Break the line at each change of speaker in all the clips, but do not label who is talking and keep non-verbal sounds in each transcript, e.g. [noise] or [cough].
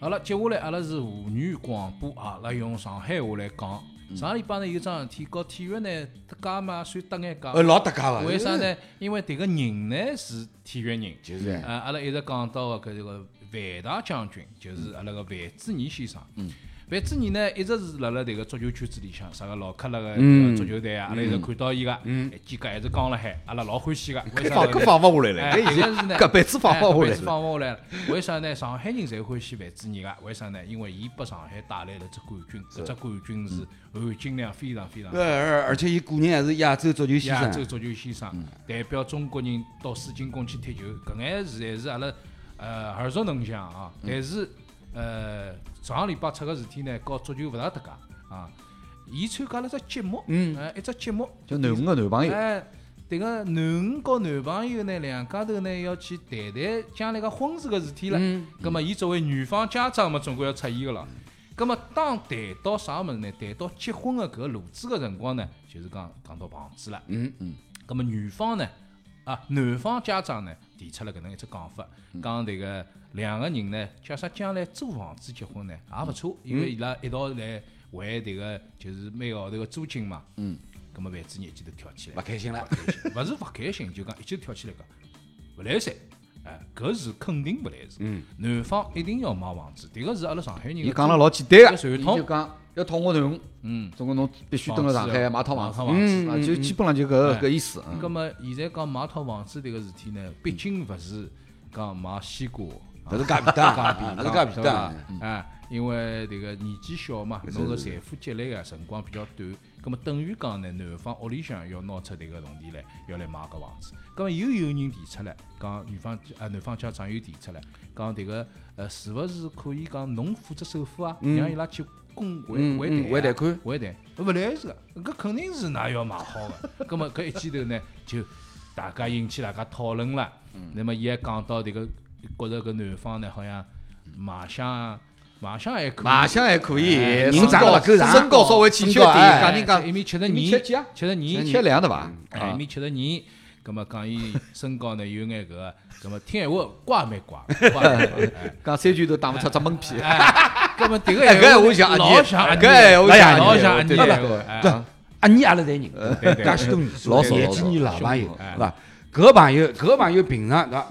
阿拉接下来阿拉是妇女广播啊，阿拉用上海话来讲。
嗯
上礼拜呢有桩事体，和体育呢搭界嘛，算搭眼界。
呃，老搭嘎个。
为啥？呢？因为迭个人呢是体育人，
就是啊
呃，阿拉一直讲到个搿这个范大将军，
嗯
就是阿拉个范志毅先生。范志毅呢，一直是辣辣迭个足球圈子里向，啥个老克拉个
嗯
足球队啊，阿拉一直看到伊个，见个一直讲辣海，阿拉老欢喜个。为啥
放
呢
搿放勿下来
哎
了，搿已经
迭个是
[laughs]
呢
搿辈子放
哎
勿下
搿辈
来
子
了。
放勿下来了。为啥呢？上海人侪欢喜范志毅个，啊为啥呢？因为伊拨上海带来了只冠军，搿只冠军是
嗯
含金量非常非常
呃，而而且伊个人还是亚洲足球先
亚洲
生，
足球先
嗯
生，代表中国人到水晶宫去踢球，搿眼事还是阿拉呃耳熟能详啊。
嗯
但是呃上个礼拜出个事体呢，和足球勿大搭界啊。伊参加了只节目，嗯，呃一只节目，
就南五个男朋友，
哎，迭个囡恩和男朋友呢，两家头呢要去谈谈将来个婚事个事体了。
嗯
咁么，伊作为女方家长嘛，总归要出现个了。咁么，当谈到啥物事呢？谈到结婚个搿个路子个辰光呢，就是讲讲到房子了。
嗯
嗯。咁么，女方呢，啊，男方家长呢，提出了搿能一只讲法，
嗯
讲迭个两个人呢，假设将来租房子结婚呢，也勿错，
嗯
因为伊拉一道来还迭个就是每个号头个租金嘛。嗯。咁么，范子业记头跳起
勿。
来
开心了。
勿是勿开心，就讲一记头跳起来讲，勿来三，哎，搿是肯定勿来事。嗯，男方一定要买房子，迭个是阿拉上海人的。
伊讲了老简单
这个
个，伊
传统
就讲要讨我南五，
嗯，
总归侬必须蹲辣上海买套房子，
买套房子
啊，就基本上就搿个
哎
搿意思。嗯
葛末现在讲买套房子迭个事体呢，毕竟勿是讲买西瓜，啊
勿是假皮
[laughs]
蛋，勿是假皮
对
蛋
伐。？啊，因为迭个年纪小嘛，侬个财富积累个辰光比较短，葛末等于讲呢，男方屋里向要拿出迭个铜钿来，要来买搿房子。葛末又有人提出来，讲女方啊男方家长又提出来，讲迭个呃是勿是可以讲侬付只首付啊，让伊拉去公还
嗯嗯还贷
贷
款
啊还贷，勿来事个，搿肯定是㑚要买好
[laughs]
个。葛末搿一记头呢，就大家引起大家讨论了。
嗯
那么伊还讲到迭个，觉着搿男方呢好像
嗯
卖相卖相还可以，
卖相还可以，
哎
身
人长得
高
勿够长
哦身高稍微欠缺点，
哎
讲人讲
一米七十
一米七几
二
啊，
七十二，
欠两啊对伐？
哎，一米七十二，葛么讲伊身高呢有眼搿个，葛么听闲话怪蛮
[laughs]
怪，怪蛮怪哎
讲三拳头打勿出只闷屁，
哎，葛么迭个
哎搿
闲
闲
话
话像阿
老
妮
像阿妮
搿闲话像
老
阿妮
像阿妮的
对对
闲话
对
哎
对，阿啊你阿拉侪认得，
对对
介许多年数，
哎老早
廿
老
几
早
年老朋友，
兄弟哎
是伐？搿个朋友，搿个朋友平常对伐？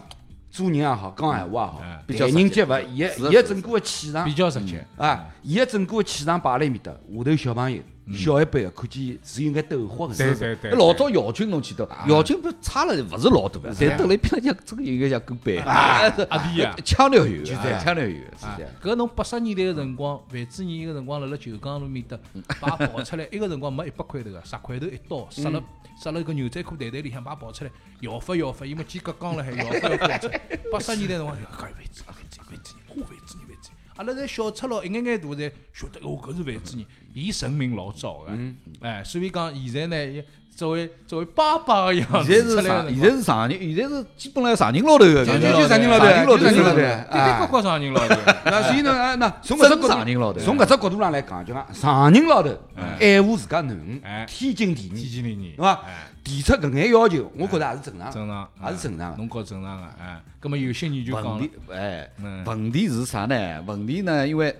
做人也好，讲闲话也好
嗯，
比较
待
实
人
际
接物，伊
是
个
的
伊个
是的
整个个气场
哎比较直接，
啊，伊个整个个气场摆辣埃面搭，下头小朋友、小一辈个看见是有眼抖豁个，
嗯对对对，
哎老早姚军侬记得伐，姚军不差了勿是老多个，但蹲辣一边像真个有眼像跟班啊，
阿弟啊。
腔调有，
是这样
腔调有，是
啊
这哎样。，
搿侬八十年代个辰光，范志毅个辰光辣辣九江路面搭
嗯
把跑出
[laughs]
来，一个辰光没一百块头个，十块头一刀，塞
嗯
了塞了一个牛仔裤袋袋里向，把跑出来，摇发摇发，伊么几个刚辣
[laughs]
海摇发摇发出来。八十年代辰光，哎搿范志毅，范志毅，范志毅，我范志毅，范志毅。阿拉侪小赤佬一眼眼大侪晓得，哦，搿是范
嗯
志毅，伊成名老早个，哎，所以讲现在呢，伊作为作为爸爸个样
现在
子出
是
来
上，
个
现
辰
在
光，
是上人，现在是基本上上人捞头个，
就
感
就
觉
就
上人捞头
上人捞头啊
就上人捞头
的的确确上
对
人老头。
[laughs]
那所以呢，啊那从
真
搿只角
上人老
度，
头
从搿只角度上来讲，就讲上人老头爱护自家囡
哎
恩，天经地
天
义，
经地义，
对伐
哎？
提出搿眼要求，我觉着也是正
啊
常，
正常，啊
也是正常的。
侬觉正常个，哎，葛么有些人就
问
讲了
题，，哎
嗯，
问题是啥呢？问题呢，因为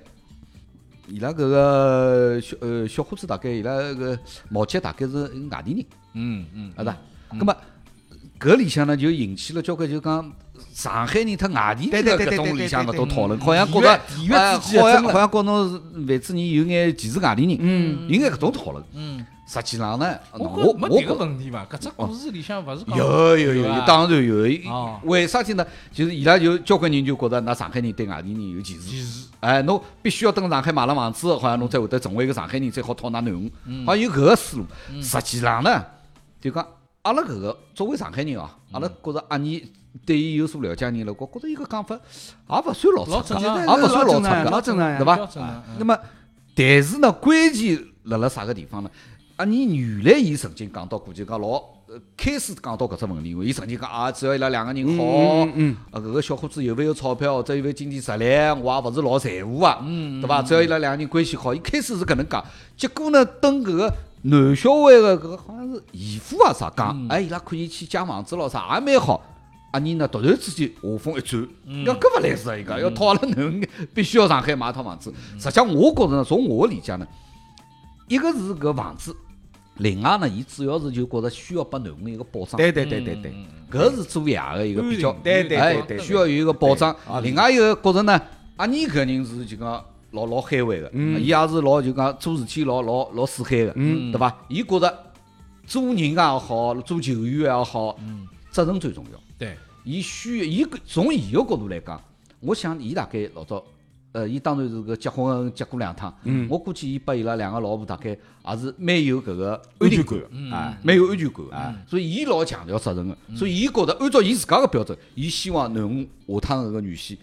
伊拉搿个小呃小伙子大概伊拉搿毛姐大概是外地人，
嗯嗯，
是吧？那么搿里向呢就引起了交关就讲上海人他外地人的搿种里向搿种讨论，好像觉着
地域地
哎
域之间争论
好像好像觉侬是范志毅有眼歧视外地人，嗯，有眼搿种讨论。
嗯，
实际上呢，
我
啊我
觉没
我
迭个问题伐？搿只故事里向勿是讲
有有有
伐
有，当然有。伊
哦
为啥体呢？就是伊拉就交关人就觉得，那上海人对外地人有歧视。
其实
哎，侬必须要等上海买了房子，好像侬才会得成为一个上海人，才好讨㑚囡恩。好像有搿个思路。实际上呢，就讲阿拉搿个作为上海人哦，阿拉觉着阿妮对伊有所了解的人了，我觉着伊搿讲法也勿算
老
老啊出
正
格，
常
也勿算
老
老出
正常
格，
老正常呀
对啊
比较
伐
正常？嗯
那么，但是呢，关键辣辣啥个地方呢？阿妮原来伊曾经讲到过，就讲老呃开始讲到搿只问题，伊曾经讲啊，只要伊拉两个人好，
嗯嗯嗯
啊，搿个小伙子有没有钞票，或者有没有经济实力，我也勿是老在乎啊，对伐？只要伊拉两个人关系好，伊开始是搿能讲，结果呢，等搿个男小孩个搿个好像是姨父啊啥讲，哎，伊拉可以去借房子咯啥，也蛮好。阿尼呢突然之间话锋一转，要搿勿来事啊！伊讲要讨阿拉囡恩，必须要上海买一套房子。实际上，我觉着呢，从我的理解呢，一个是搿房子，另外呢，伊主要是就觉着需要拨囡恩一个保障。
对对对对对，
搿是做爷的一个比较，
对对
哎
对对，
需要有一个保障
对啊。
另外一个觉着呢，阿尼搿人是就讲老老海外的，
嗯
伊也是老就讲做事体老老老死海的，对伐？伊觉着做人也好，做球员也好，
嗯
责任最重要。
对，
伊需要伊个从伊个角度来讲，我想伊大概老早，呃，伊当然是个结婚结过两趟，
嗯
我估计伊拨伊拉两个老婆大概也是蛮有搿个
嗯
安全感的啊，蛮有安全感啊，所以伊老强调责任个，所以伊觉得按照伊自家个标准，伊希望囡恩下趟搿个女婿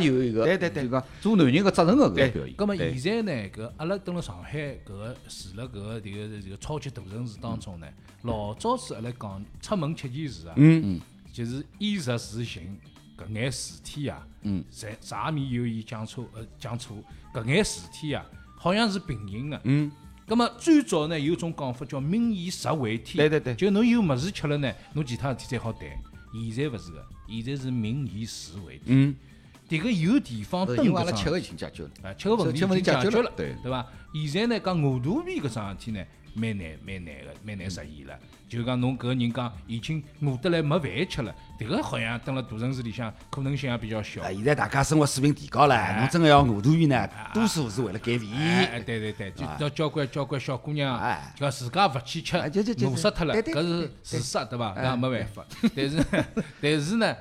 也有一个，
对对对
就讲做男人个责任个搿个
对
表现。
咁么
对
现在呢，搿阿拉蹲辣上海搿个住辣搿个迭个迭个超级大城市当中呢，老早子阿拉讲出门七件事啊，嗯，就是衣食住行搿眼事体啊，嗯，侪啥也没有伊讲错，呃，讲错搿眼事体啊，好像是平行的，嗯。咁么最早呢，有种讲法叫“民以食为天”，
对对对
就侬有物事吃了呢，侬其他事体才好谈。现在勿是个，现在是民以食为天。嗯，迭个有地方
呃
蹲
因为阿拉
搿
吃
桩
个已经解决了，
啊，吃个问题
吃
已
问
经
题
解
解
决
决
了
了，对
对伐？现在呢，讲饿肚皮搿桩事体呢，蛮难蛮难个，蛮难实现了。就讲侬搿个人讲已经饿得来没饭吃了，迭个好像蹲辣大城市里向可能性也比较小。
啊，现在大家生活水平提高了，侬真的要饿肚皮呢，多数是为了减肥。
哎，哎对对对，就要交关交关小姑娘
哎，
就讲自家勿去吃，
哎就就就
饿死脱了，
对对
搿
对哎
是事实，对伐？那没办
[laughs]
法。但是但是呢，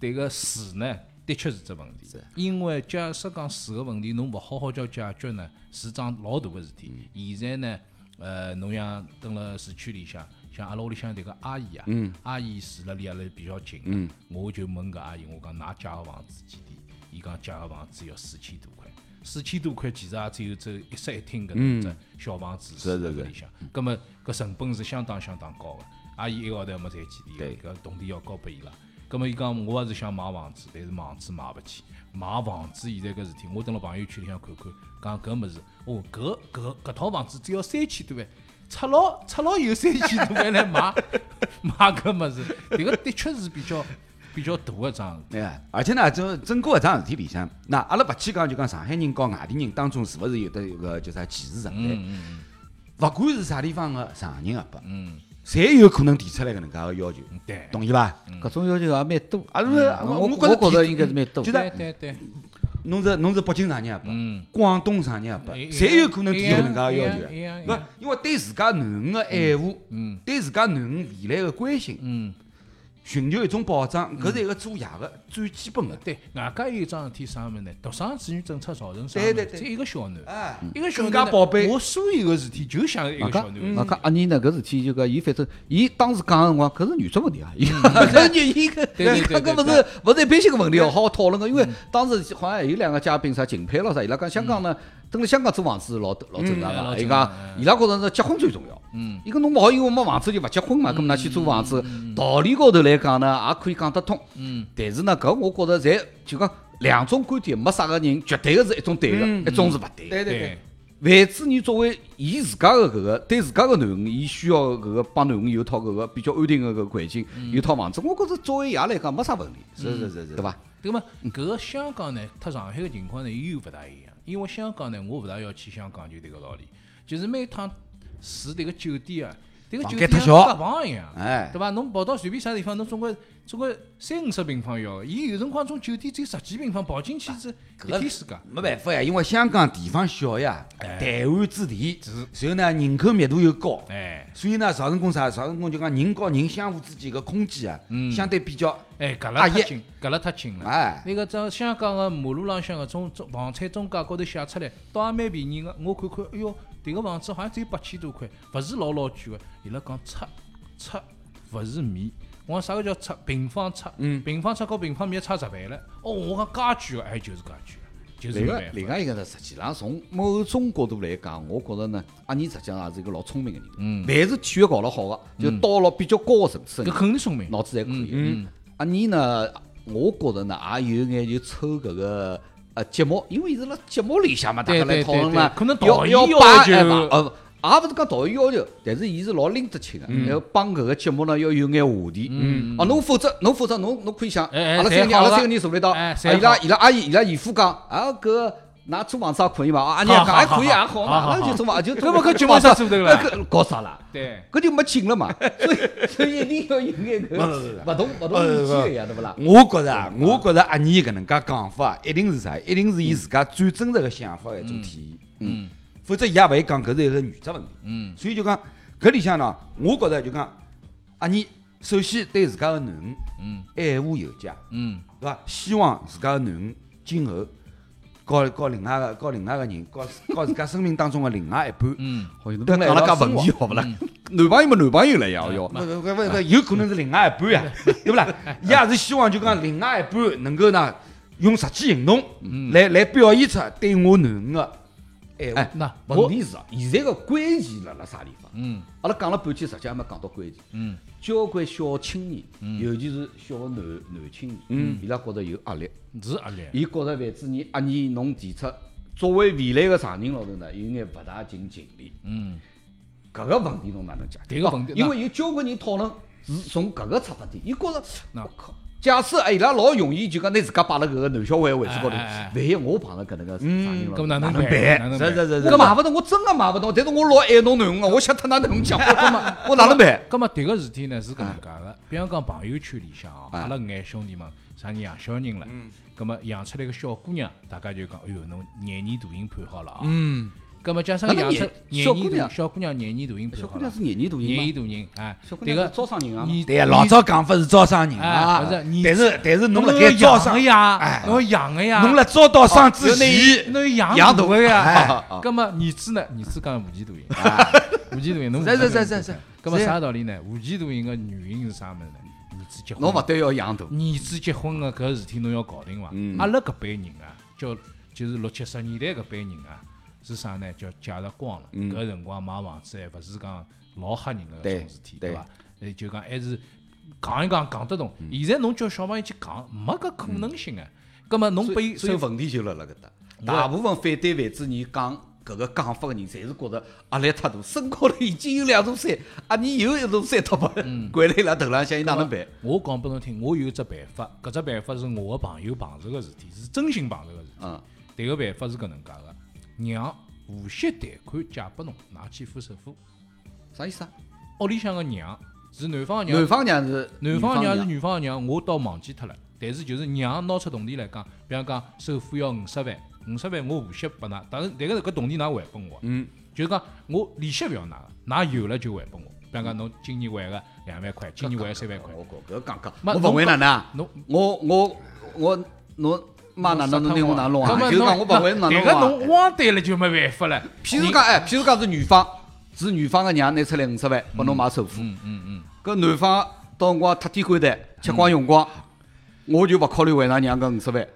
迭个住呢，的确是只问题。因为假设讲住个问题，侬勿好好叫解决呢，是桩老大个事体。现在呢，呃，侬像蹲辣市区里向。像阿拉屋里向迭个阿姨啊，
嗯
阿姨住了离阿拉比较近，啊我就问搿阿姨，我讲㑚借个房子几钿？伊讲借个房子要四千多块，四千多块其实也只有只一室一厅搿能只小房子嗯是搿里向，葛末搿成本是相当相当高个。阿姨一个号头也没赚几钿，搿铜钿要交拨伊拉。葛末伊讲我也是想买房子，但是房子买勿起。买房子现在搿事体，我蹲辣朋友圈里向看看，讲搿物事，哦，搿搿搿套房子只要三千多万。赤佬赤佬有三千多万来买 [laughs] 买搿物事，迭个的确是比较比较大个桩事。
哎，而且呢，就整个搿桩事体里向，那阿拉勿去讲，就讲上海人和外地人当中是勿是有得一个叫啥歧视存在？勿管是啥地方个上海人阿伯，嗯，侪有可能提出来搿能介个要求，
对，
同意伐？
搿种要求也蛮多，
啊，是
嗯
我
我
觉着
我觉着应该是蛮多
就
对
是
对对，
侬是侬是北京上人阿伯
嗯，
广东上人阿伯，
一
侪有可能提出搿能介个要
一样一样一样
求。勿，因为对自家囡恩个爱护，
嗯
对自家囡恩未来个关心，
嗯。
寻求一种保障，搿是一个做爷个最基本个。
对，外加有一桩事体啥物事呢？独生子女政策造成啥物
对
事？
对对
只有一个小囡，
哎，
一个小囡
更加宝贝啊
我所有个事体就想一
外
个
加
小嗯囡。
外加阿尼呢，啊搿事体就讲，伊反正伊当时讲个辰光，搿是原则问题
[laughs]
啊，伊搿是伊搿
对对
伊
对嗯
讲搿勿是勿是一般性个问题哦，好好讨论个，因为当时好像有两个嘉宾啥秦沛咯啥，伊拉讲香港呢，蹲辣香港租房子是老老正
嗯
常个，
老
伊
正
讲
常嗯
伊拉觉着是结婚最重要。嗯，伊讲侬勿好因为没房子就勿结婚嘛，搿么㑚去租房子，道理高头来讲呢，也可以讲得通。
嗯，
但是呢，搿我觉着侪就讲两种观点，没啥个人绝对个是一种对个，
嗯
一种是勿对个。
对对对
对。
范子你作为伊自家的搿个对自家的囡恩，伊需要搿个帮囡恩有套搿个比较安定的搿个环境，有套房子，我觉着作为爷来讲没啥问题，
是是是是
对伐？
对嘛？搿个香港呢，和上海个情况呢又勿大一样。因为香港呢，我勿大要去香港，就迭个道理。就是每趟住迭个酒店啊，迭个
房
酒
间
店
太
像
小
隔房一样，
哎
对伐？侬跑到随便啥地方，侬总归总归三五十平方要的。伊有辰光种酒店只有十几平方，跑进去
啊
是一天世界。
没办法
哎
呀，因为香港地方小呀，弹丸之地
哎是，
然后呢人口密度又高，
哎
所以呢啥辰光啥啥辰光就啊讲人和人相互之间个空间啊，
嗯
相对比较
哎，搿
阿
了太
姨
近，搿了太近了。
哎，
那个在香港个马路浪向个中中房产中介高头写出来，倒也蛮便宜个。我看看，哎哟，迭个房子好像只有八千多块，勿是老老贵个。伊拉讲尺尺勿是米，我讲啥个叫尺？平方尺，平方尺和平方米差十倍了。哦，我讲介贵个，哎，就是介贵个，就是
另
没
外
办
另
法。
外一个呢，实际上从某种角度来讲，我觉着呢，阿尼实际上也是一个老聪明的人，凡是体育搞了好个，就到了比较高个层次的
搿
人，
肯定聪明。
脑子还可以。嗯，阿尼呢，我觉着呢，也有眼就抽搿个呃节目，因为伊是辣节目里向嘛，大
对
家来
对
讨
对
论
对
嘛，
可能导
要
演
要
要
摆
求
哎嘛，呃，也勿是讲道德要求，但是伊是老拎得清个，
嗯
然后帮搿个节目呢要有眼话题。嗯，啊，侬否则侬否则侬侬可以想，
哎哎
阿拉
侪
三个人阿
好了
拉三个人坐辣一道，
哎
啊
侪
伊拉
好
伊拉阿姨伊拉姨夫讲，啊搿个㑚租房子也可以伐？啊阿娘
好
讲
好
还可以，也
好
好
好
嘛，
好
阿拉就
好
租嘛，就
搿么搿节目
[laughs]
啥做头了
哎搿搞啥啦？
对，
搿就没劲 [laughs] 了嘛，所以所以一定要有眼搿勿同
呃
勿同意见呀，对勿啦？
我觉着啊，我觉着阿妮搿能介讲法，一定是啥？一定是伊自家最真实个想法的一种体现。
嗯，
否则伊也勿会讲搿是一个原则问题。
嗯，
所以就讲搿里向呢，我觉着就讲阿妮首先对自家个囡恩
嗯
爱护有加，
嗯
对伐？希望自家个囡恩今后搞搞另外个搞另外个人，搞搞自家生命当中个另外一半。
嗯，
好像
跟
讲了介
讲
文艺好勿啦？男朋友么男朋友了呀，要
勿勿勿勿，有可能是另外一半呀，
嗯 [laughs]
对不啦？伊也是希望就讲另外一半能够呢，用实际行动
嗯
来来表现出对我囡恩个爱护。
哎，
那
问
我
题是啊，现在个关键辣辣啥地方？
嗯
阿拉讲了半天，实际还没讲到关键。
嗯
交关小青年，尤其是小男男青年，伊拉觉着有压力，
是压力，
伊觉着范志毅阿妮侬提出作为未来个常人老头呢，有眼勿大尽情理。
嗯
搿个问题侬哪能解决？
迭个问题
因为有交关人讨论是从搿个出发点，伊觉着
那
我靠。假使哎，伊拉老容易就讲拿自家摆辣搿个男小孩位置高头，
哎哎哎嗯
万一我碰着搿能个啥人了，
搿哪
能
能
办？
办？哪能办？
是
我买勿到，我真个买勿到，但是我老爱侬囡恩个，我想脱㑚囡恩讲，我
[laughs]
搿么我哪能办？
葛么啊迭个事体呢是搿能介个，比方讲朋友圈里向啊，阿拉眼兄弟们啥人养小人了，葛么养出来个小姑娘，大家就讲，哎哟，侬廿年大刑判好了啊。嗯。葛么加上
哪能
养出廿
廿小
年
姑
大
娘
小姑娘廿年大刑判
小
好
姑娘
了
是，廿年大
廿
人
年
嘛，
大刑哎，
小姑
迭
娘
个
是招生人啊，
你
对哎呀，老
你
早讲法是招生人
哎，
啊
勿，是你，
但是但是侬
侬
辣
辣
盖
盖
招
养
生哎
个，呀，哦侬要养个呀，
侬辣招到生之
要
前，
侬要
养
养
大
大个呀
啊
哎。
葛么儿子呢？儿子讲无期徒
[laughs]
刑，无期徒刑，侬
是是
无期徒刑
是是是
葛么
是
啥道理呢？无期徒刑个原因是啥物事呢？儿子结婚，
[laughs] 侬勿对要哦养大。
儿子结婚个搿事体侬要搞定伐？
嗯
阿拉搿辈人啊，叫就是六七十年代搿辈人啊，是啥呢？叫借着光了。搿辰光买房子还勿是讲老吓人个
嗯对
种事体，
对嗯
对伐？呃，就讲还是讲一讲讲得动。现在侬叫小朋友去讲，没搿可能性啊。葛么侬拨伊
所以问题就辣辣搿搭，大部分反对范志毅讲搿个讲法个人，侪是觉着压力太大，身高头已经有两座山，啊，你有一座山塌拨
嗯
掼辣伊拉头浪向，伊哪能办？
我讲拨侬听，我有一只办法，搿只办法是我个朋友碰着个事体，是真心碰着个事体。
嗯，
迭个办法是搿能介个，让无息贷款借拨侬，㑚去付首付。
啥意思啊？
屋里向个娘是男方个
男
娘，
方娘是
男
方
方个娘是女方个娘，我倒忘记脱了。但是就是娘拿出铜钿来讲，比方讲首付要五十万，五十万我无息拨㑚，但是但个搿铜钿㑚还拨我，嗯，就是讲我利息勿要㑚个，㑚有了就还拨我。比方讲侬今年还个两万块，今年还三万块，
我讲哦搿讲讲，
没
我勿为哪能啊？
侬
我我我侬妈哪能侬拿我哪弄啊？
搿么
就是讲
侬
我勿为哪
迭
弄
个
啊？
侬忘对了就没办法了。
譬如讲，哎，譬如讲是女方，是女方个娘拿出来五十万，拨侬买首付。
嗯嗯嗯，
搿男方到辰光脱天换地，吃光用光，我就勿考虑为㑚娘搿五十万，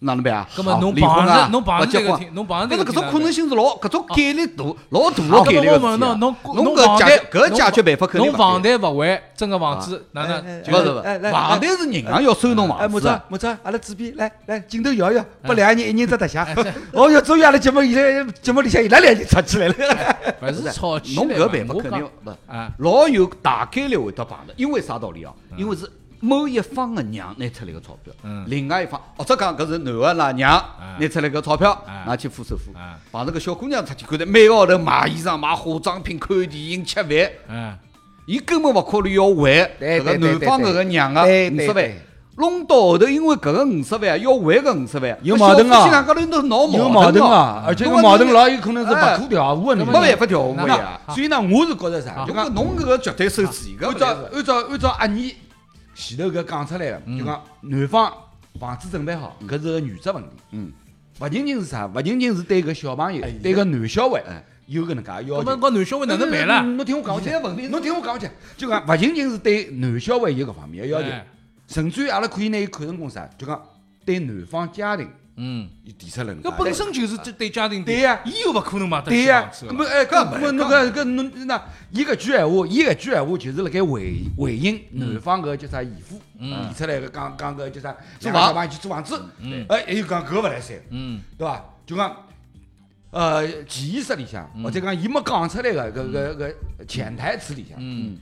哪能办啊？
葛末
好
侬
离婚
碰
啊
着，侬碰
勿
着这
结
个
婚
听，。侬碰着
但
这
是
个听
搿种
哪
可能
办
性是老，搿种概率大，老大
好
个概率
搿
个
么
事
我问
体啊
侬，侬
侬
房
搿
贷
解搿解决办法肯定
侬
啊
房
勿对。
贷勿还，真个房子哪能？
勿是勿
哎
是，
来
房贷是银行要收侬
哎，
房
木
子
子
啊，
木子，阿拉主编来来，镜头摇一摇，拨两个人一人只特写。 [laughs] 哦哟，终于阿拉节目现在节目里向伊拉两个人吵起来了。
哎
勿是吵起来
侬
嘛
搿办法
我
肯
讲
定勿
啊，
老有大概率会得碰着，因为啥道理啊？
嗯
因为是某一方的娘拿出来个钞票
嗯，
另外一方或者讲搿是男个啦娘
嗯
拿出来个钞票，
啊
拿去付首付
啊。
碰着个小姑娘出去，看着每个号头买衣裳、买化妆品、看电影、吃饭，
嗯，
伊根本勿考虑要还
对
搿
对
个
对
男方搿
对
个娘个
对
五
对
十万
对。
弄到后头，因为搿个五十万啊要还搿五十万，
有矛盾啊
搿小夫妻两家头都闹
[laughs] 有
矛
矛
盾
盾啊，而且
侬
搿
讲
矛盾
侬
老有可能是
哎
不可调和的。
没办法调和
那
呀。
啊所以呢，我是觉着啥，
就
就
讲
讲
侬搿个绝对受刺激，搿
按
勿
照按
是
照按照阿妮前头搿讲出来的，就讲男方房子准备好，搿是个原则问题。
嗯，
勿仅仅是啥，勿仅仅是对搿小朋友
哎，
对搿男小孩
哎
有搿能介要
搿么
求。哎
搿男小孩哪能办啦？
侬听我讲我
现
讲
在问题是
侬听我讲我讲，就讲勿仅仅是对男小孩有搿方面的要求
哎，
甚至于阿拉可以拿伊看成功啥，就讲对男方家庭
嗯，
啊
伊提出了能介
搿
要求
本身就是对对家庭
对呀
伊又勿可能买得
对
起
呀
房，子
那
了
么哎，搿
没
么侬搿搿侬那伊搿句闲话，伊搿句闲话就是辣盖回回应
嗯
男方搿叫啥姨夫提出来个讲讲搿叫啥
租
两个哎小
房
朋友去租房子，哎，还有讲搿勿来三，
嗯
对伐？就讲呃潜意识里向，或者讲伊没讲出来个搿搿搿潜台词里向，
嗯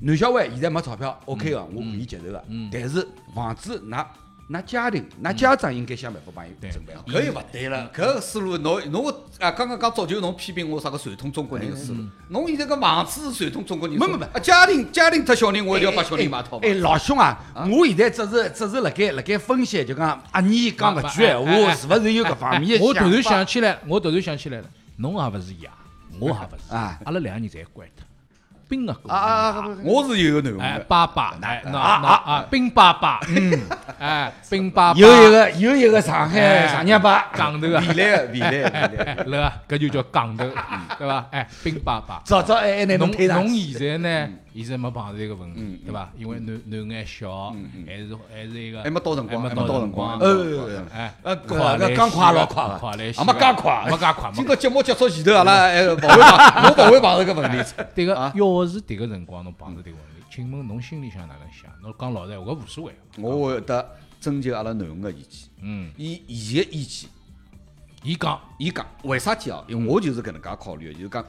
男小孩现在没钞票，OK 个，我可
嗯
以接受个。但是房子，㑚㑚家庭、㑚家长应该想办法帮伊
对
准备好。
搿又勿对了，搿个思路侬侬啊，刚刚讲早就侬批评我啥个传统中国人个思路，侬现在搿房子是传统中国人思路，
没没没
啊，家庭家庭特小人，我一定要帮小人买套房
哎，。老兄啊，我现在只是只是辣盖辣盖分析，就讲阿你讲搿句闲
哎哎哎哎
话，是勿是有搿方面
我
的
突然
法
想起来，我突然想起来了，侬也勿是爷，我也勿是，
啊
阿拉两个人侪乖脱，兵啊哥
啊啊啊！我是有个男
哎
个，，
爸爸，哎，那那啊，兵爸爸，嗯，哎，兵爸爸，
有一个有一个上海
哎
上娘吧，
戆头啊，
未来个未来个未来个，
哎了啊，搿就叫戆头，对伐？哎，兵爸爸，
早早哎晚晚拿
侬
侬推上
侬
去。
现在呢，现在没碰着这个问题，对伐？因为男男眼小，还是还是一个
还没到辰光，
还
还
没
没
到
到辰光。
呃，
呃，
哎，
呃，
快来
搿刚快老快
西
了
了，快来西
啊没
了
介快
没介快，没
今
介
朝节目结束前头，阿拉还勿会碰，我勿会碰这个问题。
迭个要是迭个辰光侬碰着迭个问题，请问侬心里向哪能想？侬讲老实闲话，搿无所谓。
我会得征求阿拉囡恩个意见，
嗯，
伊伊个意见，
伊讲，
伊讲为啥体哦？因为我就是搿能介考虑的，就是讲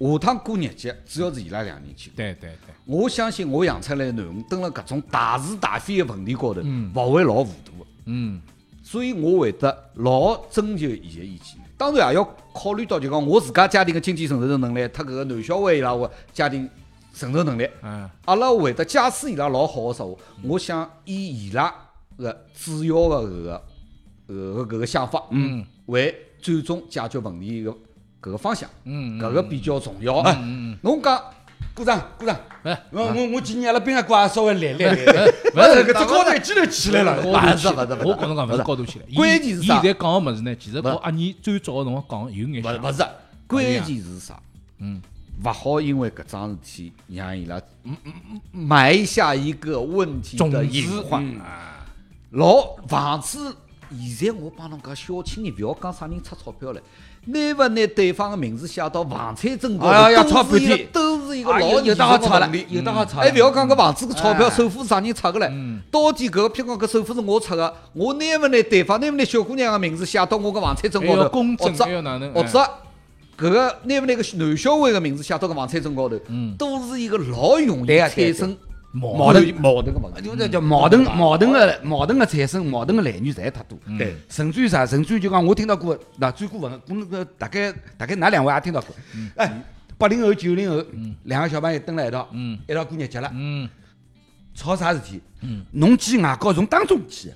下趟过日节，主要是伊拉两人去过。
对对对，
我相信我养出来的囡恩蹲辣搿种大是大非的问题高头，勿会老糊涂的。
嗯，
所以我会得老征求伊个意见。当然也要考虑到，就讲我自家家庭个经济承受能力，他搿个男小孩伊拉个家庭承受能力。
嗯
阿拉会得，假使伊拉老好个说话，我想以伊拉个主要个搿个呃搿个搿个想法，嗯，为最终解决问题个搿个方向，
嗯，
搿个比较重要。哎侬讲，
鼓掌鼓掌！
来，
我
哦
我我建议阿拉兵阿哥也稍微来
哎
来来。
勿
哎
搿
是
只高头一记头起来了，
高度起
勿是
来
勿是勿，是
我跟侬讲勿是高度起来。伊
关键是
伊
啥
现在讲个物事呢，其实和阿你最早个辰光讲有眼
哎
勿
像。
勿是，关键是啥？
哎嗯，
勿好因为搿桩事体让伊拉嗯嗯嗯埋下一个问题
种
的
子啊
隐患。老房子，现在我帮侬讲，小青，你勿要讲啥人出钞票了，拿勿拿对方的名字写到房产证高
哎呀
头，
吵
都是一
半
个
天
都是一个
哎
老
有有
严
的好
重
吵
的
了哎
问题，。
有的好吵了。
还勿要讲搿房子个钞票
哎嗯
首付是啥人出个唻？到底搿个譬如讲搿首付是我出个，我拿勿拿对方拿勿拿小姑娘个名字写到我搿房产
哎
证
还
高
要
头？
公
或
正，
者
还要哪能？
或者搿个拿勿拿个男小孩个名字写到搿房产证高头，都是一个老容易
嗯对啊对啊
产生
矛
矛盾
矛盾个问题。
就叫矛盾矛盾个矛盾个产生，矛盾个来源侪太多。
对，
甚至于啥，甚至于就讲我听到过，那最过分，我那个大概大概哪两位也听到过。哎，八零后九零后，两个小朋友蹲辣一道，一道过日节了，
嗯，
吵啥事体？侬记外高从当中记，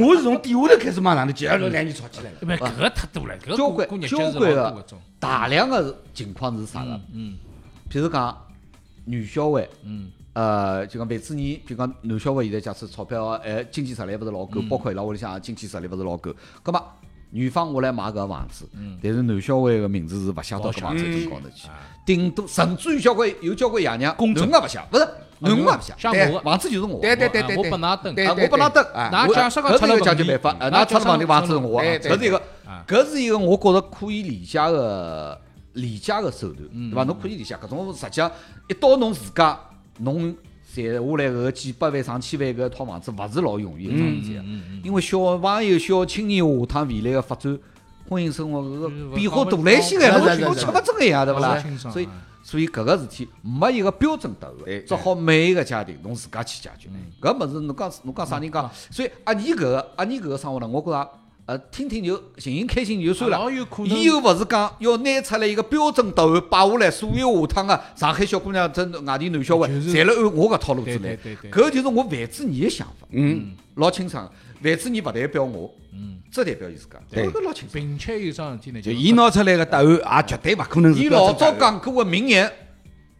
我是从底下头开始往上头记，然后两人吵起来了。
不，哎搿个太多了，搿个
交
过过
关
日节
交
是
关
老多
个
搿种。
大量个情况是啥个？
嗯
譬如讲女小孩，
嗯
呃，就讲万子年，譬如讲男小孩现在假使钞票啊，哎，经济实力勿是老
嗯
够，包括伊拉屋里向也经济实力勿是老够，葛末女方我来买搿个房子，
嗯
但是男小孩个名字是勿写到搿房产证高头
哎
去，顶多甚至于交关有交关爷娘，
公证
囡也勿写，勿
啊
是囡也勿写，
嗯像
对
我个
房子就是我
对
的。
对对
我
对
我
对，
拨㑚登
对
啊，
对
我帮
对
㑚登
啊
㑚
我
假设讲
搿
出
是
了
一个解
问
决
题
办法，呃
㑚
㑚
假
出
设
了问题
讲
房
出
子
了
是我
对对啊
的，搿是一个，搿是一个我觉着可以理解个理解个手段，
嗯
对伐？侬可以理解，搿种实际上一到侬自家侬赚下来搿个几百万、上千万搿套房子，勿是老容易个桩事体，啊
嗯
因为小朋友、小青年下趟未来个发展。婚姻生活搿
就是
嗯
勿
个
讲
变化
勿
大了一些个，
讲
我
是是
我
是
吃勿准个呀，对勿啦
勿清？爽
所以
啊
所以搿个事体没一个标准答案，只好每一个家庭侬自家去解
嗯
决。搿物事侬讲侬讲啥人讲？所以阿你搿个阿你搿个生活呢，我觉着呃听听就寻寻开心就算
啊
了
老有可。能
伊又勿是讲要拿出来一个标准答案摆下来，所有下趟个上海小姑娘真外地男小孩，
就是
侪辣按我搿套路子来
对对对对。
搿就是我范志毅个想法，
嗯，
老清爽。范志毅勿代表我，
嗯
只代表伊自家，
对
搿老清爽。
并且有桩事体呢，
就
就是
伊拿出来个答案也绝对勿可能是
伊
标
老
准答
早
案。
讲过个名言，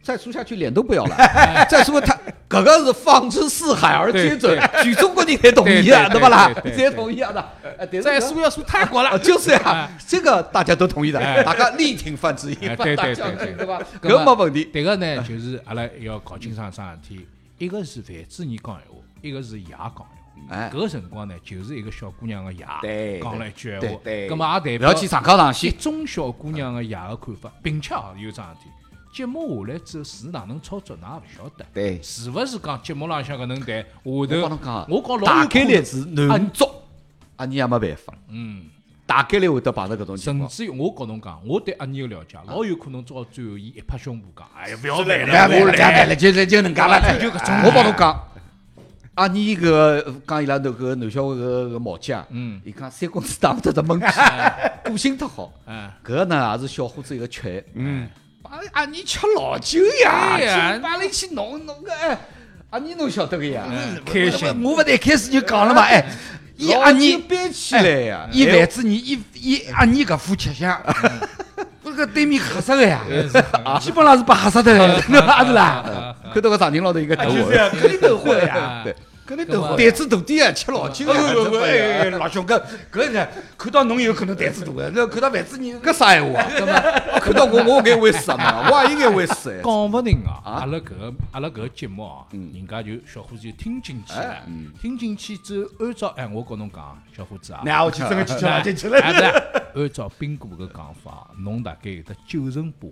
再说下去脸都
[laughs]
不要了。
哎
再说他搿个是放之四海而皆准，全中国人侪同意啊，
对对
勿啦？
对对对
侪同意啊的。哎但是
再
搿
说要说泰国
啊
了，
就是呀
哎，
这个大家都同意的
哎，
大家力挺范志毅，
哎
大
对
家
对
相信
对
对吧？
对
搿没问题。
迭个呢，就是阿拉要搞清爽桩事体，一个是范志毅讲闲话，一个是爷讲闲话。
哎，
搿辰光呢，就是一个小姑娘个爷
对
讲了一句闲
对
话，
对
葛末也代
不
表
要去上纲上
一
线。
种小姑娘个爷个看法，并且也有桩事体。节目下来之后是哪能操作，㑚也勿晓得。
对
是勿是讲节目浪向搿能谈？下头
我帮侬讲啊
我讲老有
打开
可
来
能。
是男足，啊，你也没办法。
嗯，
大概率会得碰着搿种情
甚
况。
至于我告侬讲，我对阿尼个了
啊
解，老有可能到最后伊一拍胸脯讲，哎呀，不要来
不要
我
了，不要
哎
了，就就能讲了。
我帮侬讲，阿尼搿个讲伊拉那个男小孩搿个毛姐啊，
嗯，
伊讲三公子打勿得只闷屁，个性忒好。
哎，
搿个呢也是小伙子一个缺，哎
嗯，哎
把阿尼吃老酒呀，
对哎呀
就把拉一起弄弄个，哎，阿尼侬晓得个呀，
嗯
开心
[laughs] 我勿是一开始就讲了嘛，哎，伊阿尼
搬起
哎呀
伊范子你伊伊阿你搿副吃相，不是搿对面吓死个
哎
呀，基本上是被吓死的，那是
[laughs]
啦，
看到个场景老头一个头
哎
啊
就是呀，肯定都会呀，
[laughs] 对，
肯定都会。
胆子大点啊，吃老酒
哎呦
呀，
呦喂，老兄搿搿呢，看到侬有可能胆子大个，那看到范子
哎
你搿啥闲话？
搿么哦看到我我该会死嘛，我也应该会死哎。
讲勿定啊，阿拉搿个阿拉搿个节目啊，
嗯
人家就小伙子就听进去
哎
了，听进去之后，按照哎，我告侬讲啊，小伙子啊，
那我去真个去吃
哎
了，进去了。
哎对按照冰哥个讲法，
[laughs]
侬大概有得九成八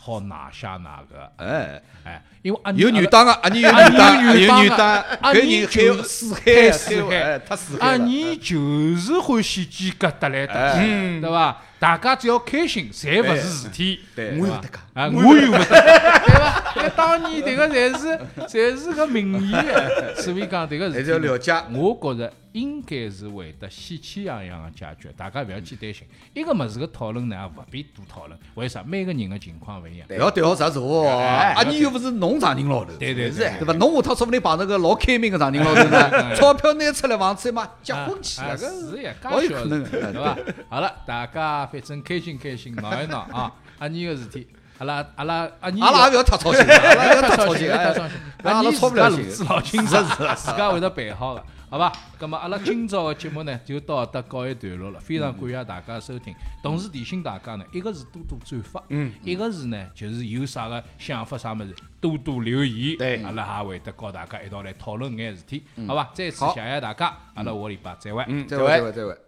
好拿下哪个，
哎，
哎，因为阿尼
有女打啊，阿尼有
阿尼
女打，
有
有
女
女
打
打，
阿尼
搿
就
人还死
死
海
啊
死
海
海，太死
阿
海了。哎
尼就是欢喜鸡格搭来搭去，对伐？大家只要开心，侪勿是事体。
对
我有
我有
得
得
讲，啊，我有得讲，对伐？那当年迭个侪是侪是个名言，所以讲迭个
还
事
是要
体。
了解，
我觉着应该是会得喜气洋洋个解决，大家勿要去担心。一个物事个讨论呢，勿必多讨论，为啥？每个人个情况勿一样。
勿哎要对号入座哦。阿尼又勿是侬场景老头，
哎对对
是
对
对伐？侬下趟说不定碰着个老开明个场景老头
[laughs]
呢，钞票拿出来房子嘛，结
啊
婚去
啊
了，搿
是呀，
老
介
有
小
可能
事
哎
对
[laughs]
伐？好了，大家反正开心开心，闹一闹啊！阿尼个事体，阿拉阿拉阿尼，
阿拉也勿要太操心，阿拉也勿要太
[laughs]
操心，
太
哎
操心，
阿拉操不了
阿尼自家
心
路。子老清楚，自家会得办好个，好吧？咁么阿拉今朝个节目呢，就到搿搭告一段落了。非常感谢大家收听，同时提醒大家呢，一个是多多转发，嗯，一个是呢就是有啥个想法啥物事多多留言，
对嗯
阿拉也会得告大家一道来讨论眼事体，好吧？再次谢谢大家，阿拉下个礼拜再会。
嗯，再会，再会，再会。